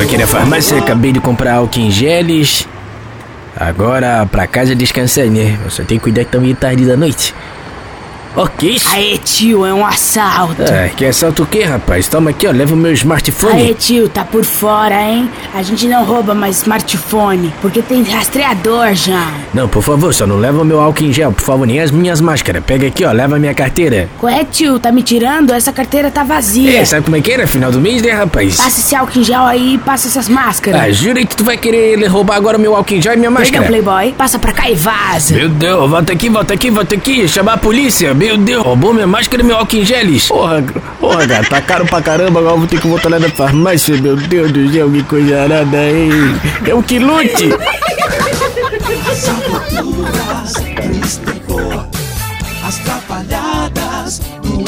aqui na farmácia, acabei de comprar álcool em geles. Agora pra casa descansar, né? Eu só tenho que cuidar que tá meio tarde da noite. Ok, isso. Aê, tio, é um assalto. Ah, que assalto o quê, rapaz? Toma aqui, ó, leva o meu smartphone. Aê, tio, tá por fora, hein? A gente não rouba mais smartphone, porque tem rastreador já. Não, por favor, só não leva o meu álcool em gel, por favor, nem as minhas máscaras. Pega aqui, ó, leva a minha carteira. Ué, tio, tá me tirando? Essa carteira tá vazia. É, sabe como é que era? Final do mês, né, rapaz? Passa esse álcool em gel aí e passa essas máscaras. Ah, jura que tu vai querer roubar agora o meu álcool em gel e minha Pega, máscara? Playboy, passa pra cá e vaza. Meu Deus, volta aqui, volta aqui, volta aqui, chamar a polícia, meu Deus, roubou minha máscara e meu álcool em geles. Porra, porra, cara, tá caro pra caramba, agora eu vou ter que voltar lá na farmácia, meu Deus do céu, que coisa arada, hein? É um quilute! As trapalhadas do